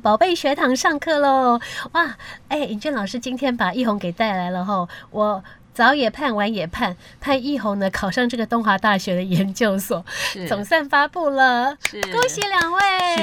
宝贝学堂上课喽！哇，哎、尹娟老师今天把一红给带来了吼，我。早也盼，晚也盼，盼一红呢考上这个东华大学的研究所，是总算发布了，是恭喜两位！谢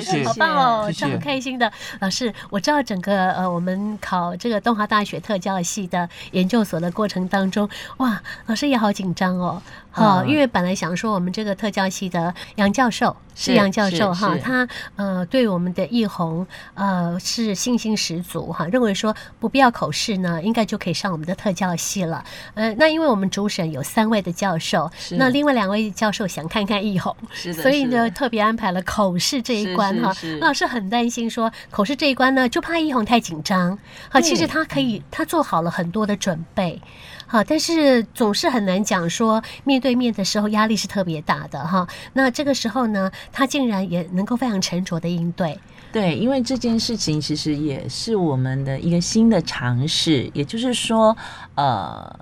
谢谢好谢，棒哦，谢谢超开心的。老师，我知道整个呃，我们考这个东华大学特教系的研究所的过程当中，哇，老师也好紧张哦。好、嗯因为本来想说我们这个特教系的杨教授是是杨教授是哈，是他呃对我们的艺红呃是信心十足哈，认为说不必要口试呢，应该就可以上我们的特教系了。呃，那因为我们主审有三位的教授，是那另外两位教授想看看艺红，是的，所以是呢，的，特别安排了口试这一关是哈是是。老师很担心说，口试这一关呢，就怕一红太紧张。好，其实他可嗯以，他做好了很多的准备。好，但是总是很难讲说面对面的时候压力是特别大的哈。那这个时候呢，他竟然也能够非常沉着的应对。对，因为这件事情其实也是我们的一个新的尝试，也就是说，呃，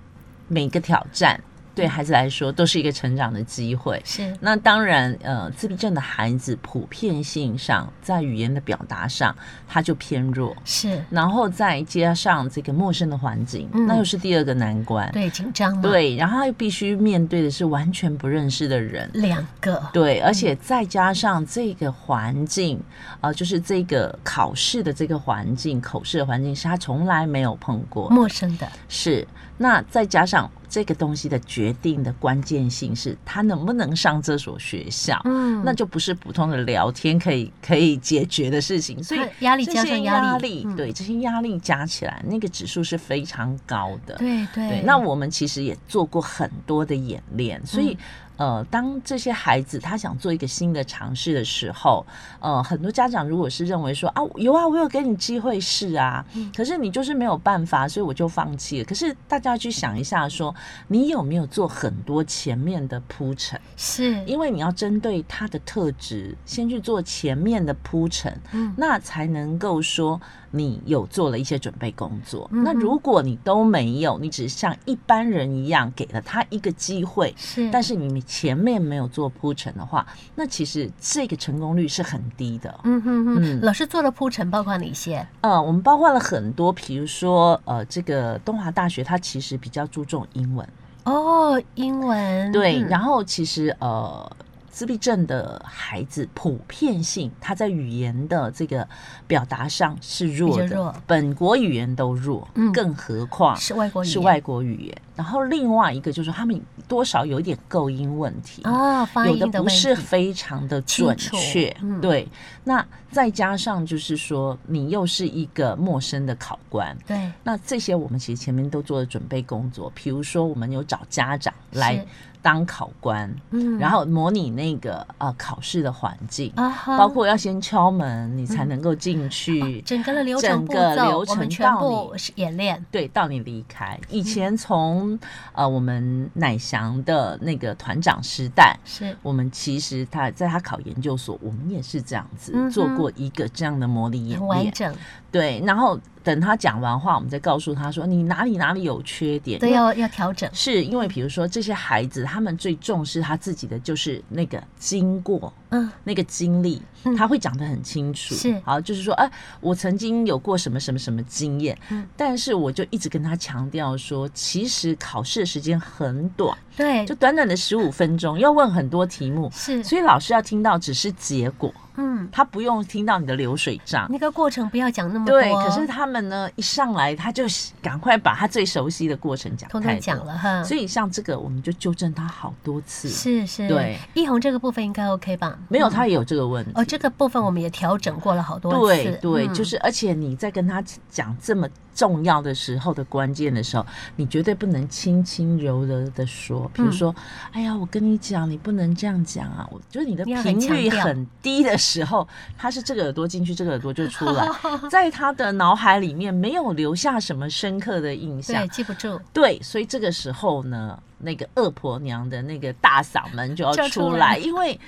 每个挑战对孩子来说都是一个成长的机会。是那当然，呃，自闭症的孩子普遍性上，在语言的表达上，他就偏弱，是，然后再加上这个陌生的环境，嗯那又是第二个难关。对，紧张嘛。，对，然后他又必须面对的是完全不认识的人，两个。对，而嗯且再加上这个环境，呃，就是这个考试的这个环境，口试的环境是他从来没有碰过，陌生的，是。那再加上这个东西的决定的关键性是他能不能上这所学校，嗯，那就不是普通的聊天可以可以解决的事情，所以他压力这加些上压压力嗯对这些压力加起来，那个指数是非常高的。对对对，那我们其实也做过很多的演练，所以、呃，当这些孩子他想做一个新的尝试的时候，呃，很多家长如果是认为说啊，有啊，我有给你机会试啊，可是你就是没有办法，所以我就放弃了。可是大家要去想一下说你有没有做很多前面的铺陈？是因为你要针对他的特质，先去做前面的铺陈，嗯那才能够说你有做了一些准备工作。嗯哼那如果你都没有，你只是像一般人一样给了他一个机会，是，但是是你前面没有做铺陈的话，那其实这个成功率是很低的。嗯哼哼，嗯老师做了铺陈，包括哪些？呃，我们包括了很多，比如说呃，这个东华大学它其实比较注重英文。哦，英文对，嗯然后其实呃，自闭症的孩子普遍性，他在语言的这个表达上是弱比较的，弱本国语言都弱，嗯更何况是外国语言是外国语言。然后另外一个就是他们多少有一点构音问题。哦，发有音的的不问是题非常的清准楚确，嗯对。那再加上就是说，你又是一个陌生的考官，对那这些我们其实前面都做了准备工作，比如说我们有找家长是来当考官，嗯然后模拟那个呃考试的环境，啊哈，包括要先敲门，你才能够进去，整个的流程整步个骤，流我们程全到部你。是嗯演练，对，到你离开。以前从、呃我们乃翔的那个团长时代，是我们其实他在他考研究所，我们也是这样子、嗯哼做过一个这样的模拟演很练完。整，对，然后等他讲完话，我们再告诉他说你哪里哪里有缺点。都因为要要调整，是因为比如说这些孩子，他们最重视他自己的就是那个经过。嗯，那个经历嗯，他会讲得很清楚。是好，就是说，哎、我曾经有过什么什么什么经验，嗯但是我就一直跟他强调说，其实考试的时间很短，对就，短短的十五分钟，要问很多题目，是，所以老师要听到只是结果，嗯，他不用听到你的流水账。那个过程不要讲那么多，对，可是他们呢，一上来他就赶快把他最熟悉的过程讲嗯通太通多讲了哈，所以像这个，我们就纠正他好多次。是是，对，一红这个部分应该 OK 吧？没有，嗯他也有这个问题。哦，这个部分我们也调整过了好多次，对对，嗯就是，而且你在跟他讲这么重要的时候的关键的时候，你绝对不能轻轻柔柔的说，比如说，哎呀，我跟你讲，你不能这样讲啊，我就是你的你要很频率强调很低的时候，他是这个耳朵进去，这个耳朵就出 来，在他的脑海里面没有留下什么深刻的印象对，，记不住，对，所以这个时候呢，那个恶婆娘的那个大嗓门就要就要出出来来，因为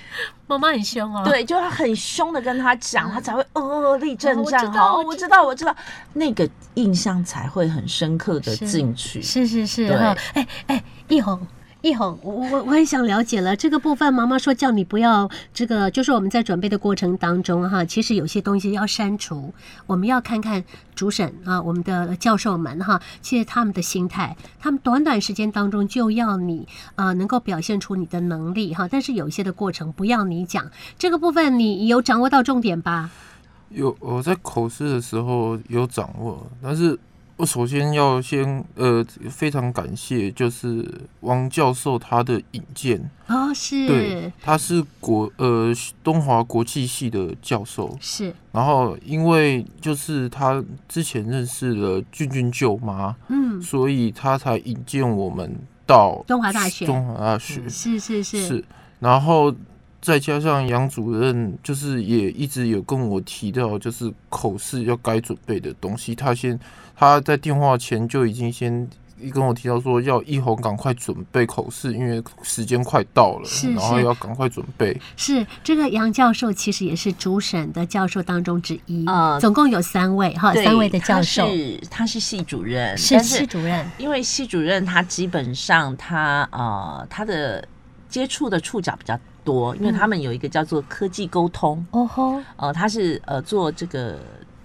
妈妈很凶哦，，对，就要很凶的跟他讲，他才会呃呃立正站哦好。啊我我知知道，我知道，那个印象才会很深刻的是进去。是是是对哈，哎哎，一红。一红，我我我很想了解了这个部分。妈妈说叫你不要这个，就是我们在准备的过程当中哈，其实有些东西要删除，我们要看看主审啊，我们的教授们哈，其实他们的心态，他们短短时间当中就要你呃能够表现出你的能力哈，但是有一些的过程不要你讲，这个部分你有掌握到重点吧？有我在口试的时候有掌握，但是我首先要先呃非常感谢就是王教授他的引荐，哦，对是，他是国呃东华国际系的教授，是，然后因为就是他之前认识了俊俊舅妈，嗯，所以他才引荐我们到东华大学东华大学嗯是是是，是，然后再加上杨主任，就是也一直有跟我提到，就是口试要该准备的东西。他先他在电话前就已经先跟我提到说，要一红赶快准备口试，因为时间快到了，是然后是要赶快准备。是这个杨教授其实也是主审的教授当中之一，呃总共有三位哈，对三位的教授他是他是系主任，是但系主任，因为系主任他基本上他呃他的接触的触角比较多，因为嗯他们有一个叫做科技沟通，哦吼，呃，他是呃做这个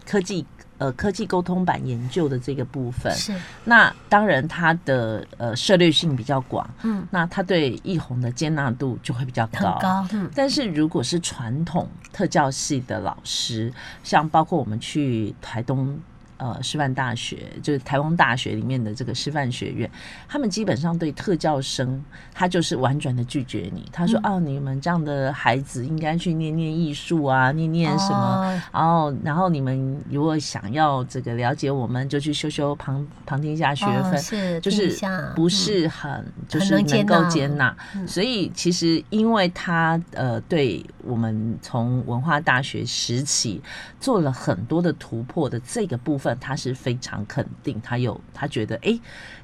科技呃科技沟通版研究的这个部分。是，那当然他的呃涉猎性比较广，嗯，那他对易红的接纳度就会比较很高，嗯，但是如果是传统特教系的老师，像包括我们去台东呃师范大学，就是台湾大学里面的这个师范学院，他们基本上对特教生，他就是婉转的拒绝你。他说：“嗯哦，你们这样的孩子应该去念念艺术啊，念念什么。哦然后，然后你们如果想要这个了解我们，就去修修旁旁听一下学哦分，是就听一是下不嗯是很就很是能接能够纳接纳嗯，所以其实因为他呃对我们从文化大学时期做了很多的突破的这个部分，他是非常肯定，他有他觉得诶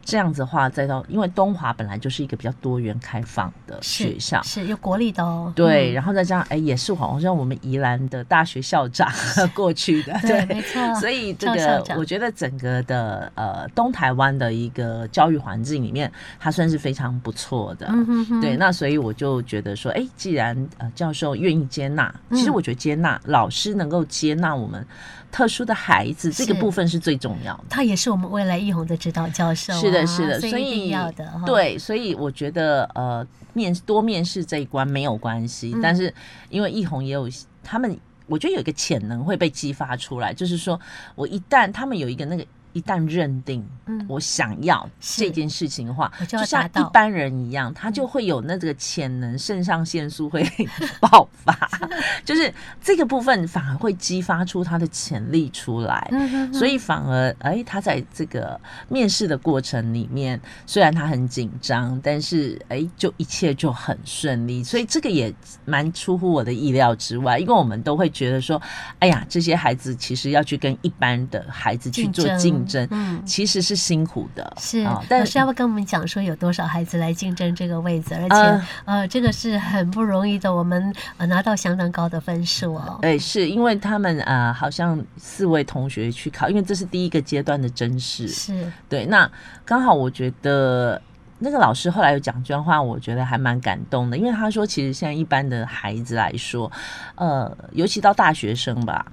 这样子的话再到，因为东华本来就是一个比较多元开放的学是校，是有国力的哦，对，嗯然后再加上哎也是好像我们宜兰的大学校长 过去的，嗯对，没错， 所以这赵校个长我觉得整个的呃东台湾的一个教育环境里面，它算是非常不错的。嗯哼哼，对，那所以我就觉得说，哎，既然呃教授愿意接纳，其实嗯我觉得接纳、老师能够接纳我们特殊的孩子，这个是部分是最重要的。他也是我们未来艺红的指导教授啊，是的，是的，所所以一定以要的哈，对，所以我觉得呃，面多面试这一关没有关系，嗯但是因为易红也有他们，我觉得有一个潜能会被激发出来，就是说我一旦他们有一个那个。一旦认定嗯我想要是这件事情的话，我就要像达一到嗯般人一样，他就会有那个潜能，肾上腺素会 爆 发， 就是这个部分反而会激发出他的潜力出来。嗯哼哼，所以反而，哎，他在这个面试的过程里面，虽然他很紧张，但是哎，就一切就很顺利。所以这个也蛮出乎我的意料之外，因为我们都会觉得说，哎呀，这些孩子其实要去跟一般的孩子去竞做争竞争，嗯其实是辛苦的。是，啊老但师要不要跟我们讲说有多少孩子来竞争这个位置？而且，呃呃，这个是很不容易的，我们呃拿到相当高的分数哦。哎，是因为他们啊、呃好像四位同学去考，因为这是第一个阶段的真试。是，对，那刚好我觉得那个老师后来有讲这段话，我觉得还蛮感动的，因为他说，其实现在一般的孩子来说，呃，尤其到大学生吧。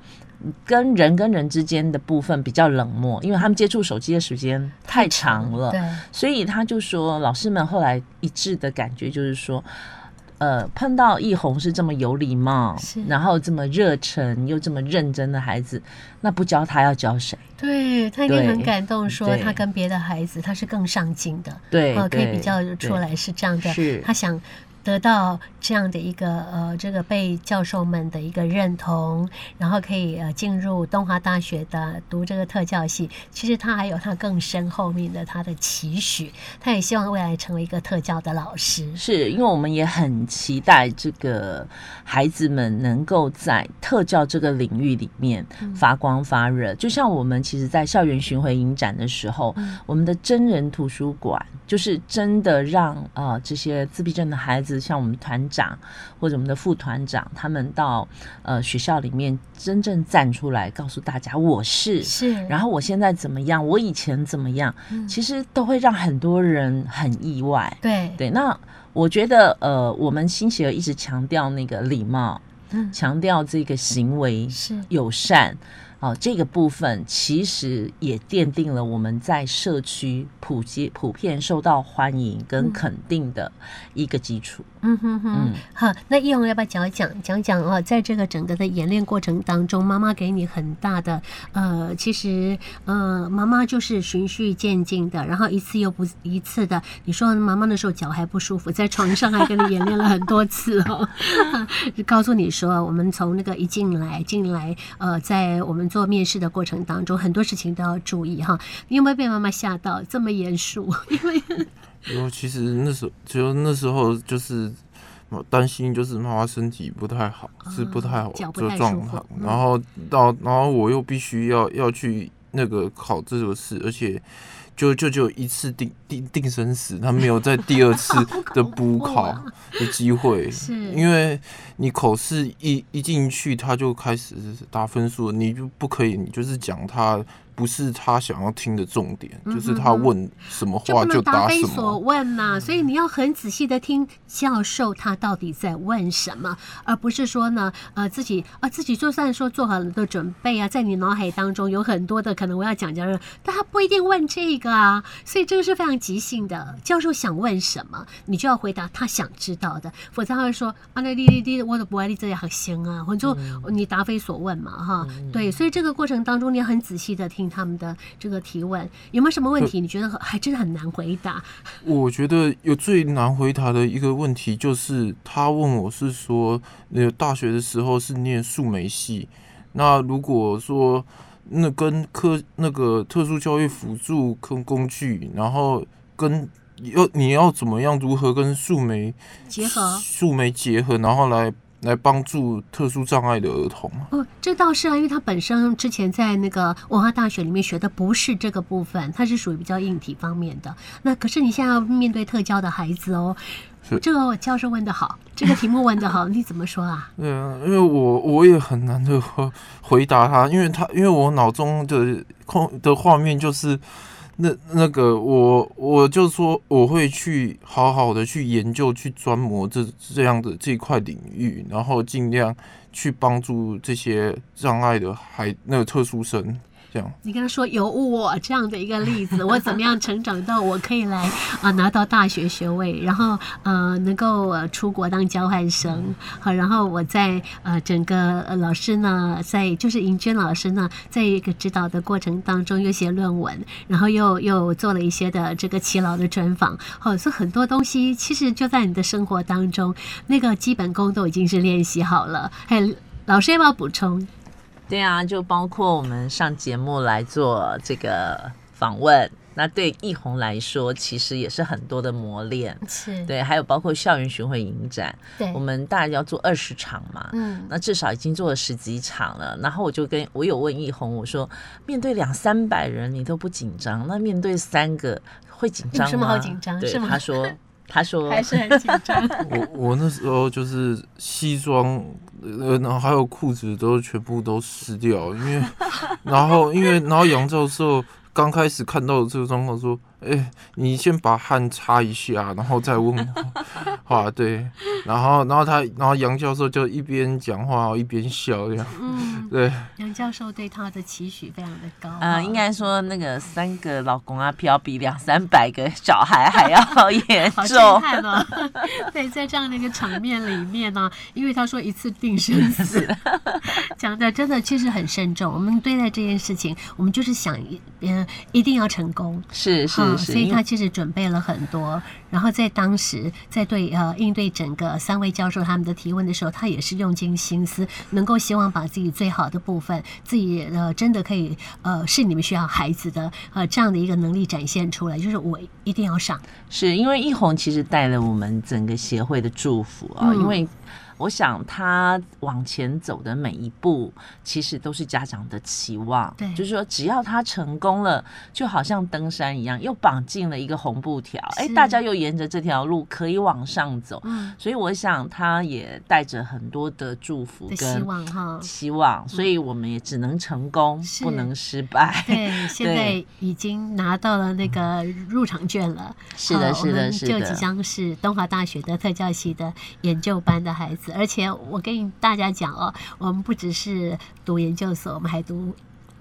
跟人跟人之间的部分比较冷漠，因为他们接触手机的时间太长了，对，所以他就说，老师们后来一致的感觉就是说，呃，碰到易红是这么有礼貌是，然后这么热忱又这么认真的孩子，那不教他要教谁？对他应该很对感动，说对他跟别的孩子他是更上进的，对，呃，可以对比较出对来是这样的，是他想。得到这样的一个呃，这个被教授们的一个认同，然后可以呃进入东华大学的读这个特教系。其实他还有他更深后面的他的期许，他也希望未来成为一个特教的老师。是因为我们也很期待这个孩子们能够在特教这个领域里面发光发热。就像我们其实，在校园巡回影展的时候，嗯我们的真人图书馆就是真的让啊、呃这些自闭症的孩子次像我们团长或者我们的副团长，他们到呃学校里面真正站出来，告诉大家我是，是，然后我现在怎么样，我以前怎么样，嗯其实都会让很多人很意外。对对，那我觉得呃，我们新企鹅一直强调那个礼貌，嗯强调这个行为是友善。哦，这个部分其实也奠定了我们在社区普及、普遍受到欢迎跟嗯肯定的一个基础。嗯哼哼嗯，好，那易红要不要讲讲讲讲哦？在这个整个的演练过程当中，妈妈给你很大的呃，其实呃，妈妈就是循序渐进的，然后一次又不一次的。你说妈妈那时候脚还不舒服，在床上还跟你演练了很多次哦， 告诉你说，我们从那个一进来进来，呃，在我们做面试的过程当中，很多事情都要注意哈。你有没有被妈妈吓到？这么严肃？然后其实那时候，就那时候就是我担心，就是妈妈身体不太好，是不太好啊脚不这太状舒服况。嗯然后到，然后我又必须要要去那个考这个试，而且就就只有一次定定定生死，他没有在第二 次的补考的机会，啊是因为你口试一一进去，他就开始打分数，你就不可以，你就是讲他。不是他想要听的重点，就是他嗯哼哼问什么就话不能答答非什所么。嗯问呐、所以你要很仔细的听教授他到底在问什么，而不是说呢，呃，自己啊、自己就算说做好了的准备啊，在你脑海当中有很多的可能我要讲讲的，但他不一定问这个啊，所以这个是非常即兴的。教授想问什么，你就要回答他想知道的，否则他会说啊，那滴滴滴，我都不爱你这样行啊，或者说你答非所问嘛，哈，对，所以这个过程当中你要很仔细的听他们的这个提问，有没有什么问题？你觉得很还真的很难回答？我觉得有最难回答的一个问题就是，他问我是说，那大学的时候是念数媒系，那如果说那跟科那个特殊教育辅助跟工具，然后跟要你要怎么样如何跟数媒结合数媒结合，然后来来帮助特殊障碍的儿童啊。哦，这倒是啊，因为他本身之前在那个文化大学里面学的不是这个部分，他是属于比较硬体方面的。那可是你现在要面对特教的孩子哦是，这个教授问的好，这个题目问的好，你怎么说啊？对啊，因为我我也很难的回回答他，因为他因为我脑中的空的画面就是那那个我我就说我会去好好的去研究去专磨这这样的这一块领域，然后尽量去帮助这些障碍的孩那个特殊生这样。你跟他说有我这样的一个例 子，我怎么样成长到我可以来啊、呃拿到大学学位，然后呃能够呃出国当交换生，好，然后我在呃整个呃老师呢，在就是银娟老师呢，在一个指导的过程当中又写论文，然后又又做了一些的这个勤劳的专访，好，所以很多东西其实就在你的生活当中，那个基本功都已经是练习好了，还有老师要不要补充？对啊，就包括我们上节目来做这个访问，那对易红来说，其实也是很多的磨练。是对，还有包括校园巡回影展，对我们大概要做二十场嘛。嗯，那至少已经做了十几场了，然后我就跟我有问易红，我说面对两三百人你都不紧张，那面对三个会紧张吗？有什么好紧张对，是吗他说，他说还是很紧张。我我那时候就是西装，呃，然后还有裤子都全部都湿掉，因为然后因为然后杨教授刚开始看到这个状况说，哎、你先把汗擦一下，然后再问我 话，对，然后然后他然后杨教授就一边讲话一边笑这样， 嗯，对，杨教授对他的期许非常的高啊。呃，应该说那个三个老公阿飘比两三百个小孩还要 严好震重。撼哦！ 对，在这样的一个场面里面呢、因为他说一次定生死， 讲的真的确实很慎重。我们对待这件事情，我们就是想一嗯，一定要成功。是是嗯是，所以因他为其实准备了很多，然后在当时在对呃应对整个三位教授他们的提问的时候，他也是用尽心思，能够希望把自己最好的部分，自己呃真的可以呃是你们学校孩子的呃这样的一个能力展现出来，就是我一定要上，是因为一红其实带了我们整个协会的祝福啊、嗯因为我想他往前走的每一步，其实都是家长的期望。对就是说只要他成功了，就好像登山一样，又绑进了一个红布条，哎，是大家又沿着这条路可以往上走。嗯所以我想，他也带着很多的祝福的跟希望 哈。希望，所以我们也只能成功，是不能失败。对，现在已经拿到了那个入场券了。 是呃的，是我的，们是就即的。将是东华大学的特教系的研究班的孩子，而且我跟大家讲哦，我们不只是读研究所，我们还读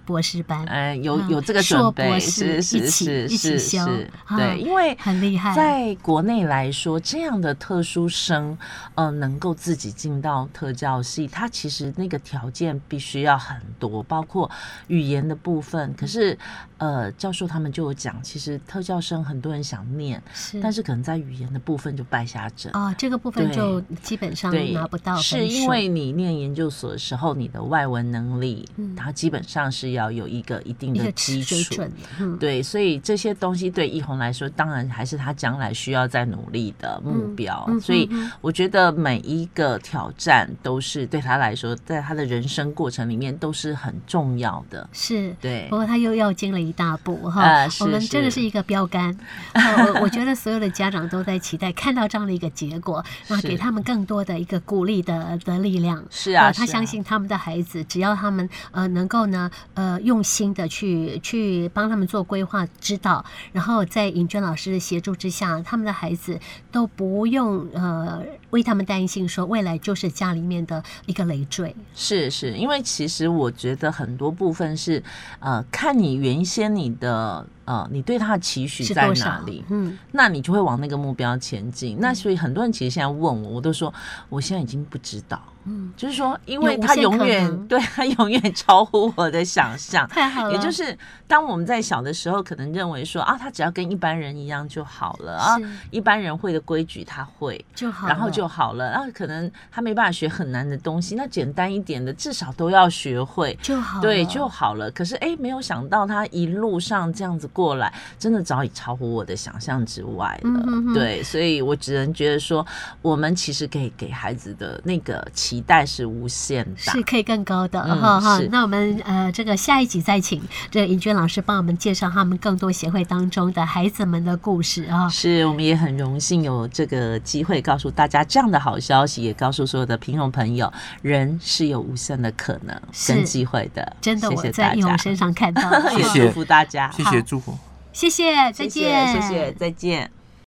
博士班，嗯，有嗯有这个硕准博备，士是一是起是一起是修是，啊对，因为很厉害。在国内来说，这样的特殊生，呃，能够自己进到特教系，它其实那个条件必须要很多，包括语言的部分。可是，呃，教授他们就有讲，其实特教生很多人想念，是，但是可能在语言的部分就败下阵。嗯哦，这个部分对就基本上对，拿不到分数，是因为你念研究所的时候，你的外文能力，嗯它基本上是要有一个一定一的个基水础。准，嗯，对，所以这些东西对易红来说，当然还是他将来需要再努力的目嗯标。嗯哦所以哼哼我觉得每一个挑战都是对他来说，在他的人生过程里面都是很重要的。是。对不，过他又要进了一大步哈，啊我是们真的是是一个标杆。呃我我觉得所有的家长都在期待看到这样的一个结果，然后给是他们更多的一个鼓励的的力量。是啊，呃他是啊相信他们的孩子，只要他们呃能够呢呃用心的去去帮他们做规划指导，然后在尹娟老师的协助之下，他们的孩子都不用呃为他们担心，说未来就是家里面的一个累赘。是是，因为其实我觉得很多部分是，呃，看你原先你的呃，你对他的期许是在多哪少里，？嗯，那你就会往那个目标前进。那所以很多人其实现在问我，我都说我现在已经不知道，嗯，就是说，因有为无他限永可能远对他永远超乎我的想象。太好了。也就是，当我们在小的时候，可能认为说啊，他只要跟一般人一样就好了啊是，一般人会的规矩他会，就好了，然后就好了。然后可能他没办法学很难的东西，那简单一点的至少都要学会。就好了，对就好了。可是哎，没有想到他一路上这样子过来，真的早已超乎我的想象之外了。嗯哼哼对，所以我只能觉得说，我们其实可以给孩子的那个期待是无限大。是可以更高的嗯哈哈、是那我们呃，这个下一集再请这个尹娟老师帮我们介绍他们更多协会当中的孩子们的故事啊。是我们也很荣幸有这个机会告诉大家这样的好消息，也告诉所有的贫穷朋友，人是有无限的可能是跟机会的。真的，谢我谢在大易家勇身上看到了，也谢祝福大家，谢谢祝福。谢谢，再谢见，谢谢，再见。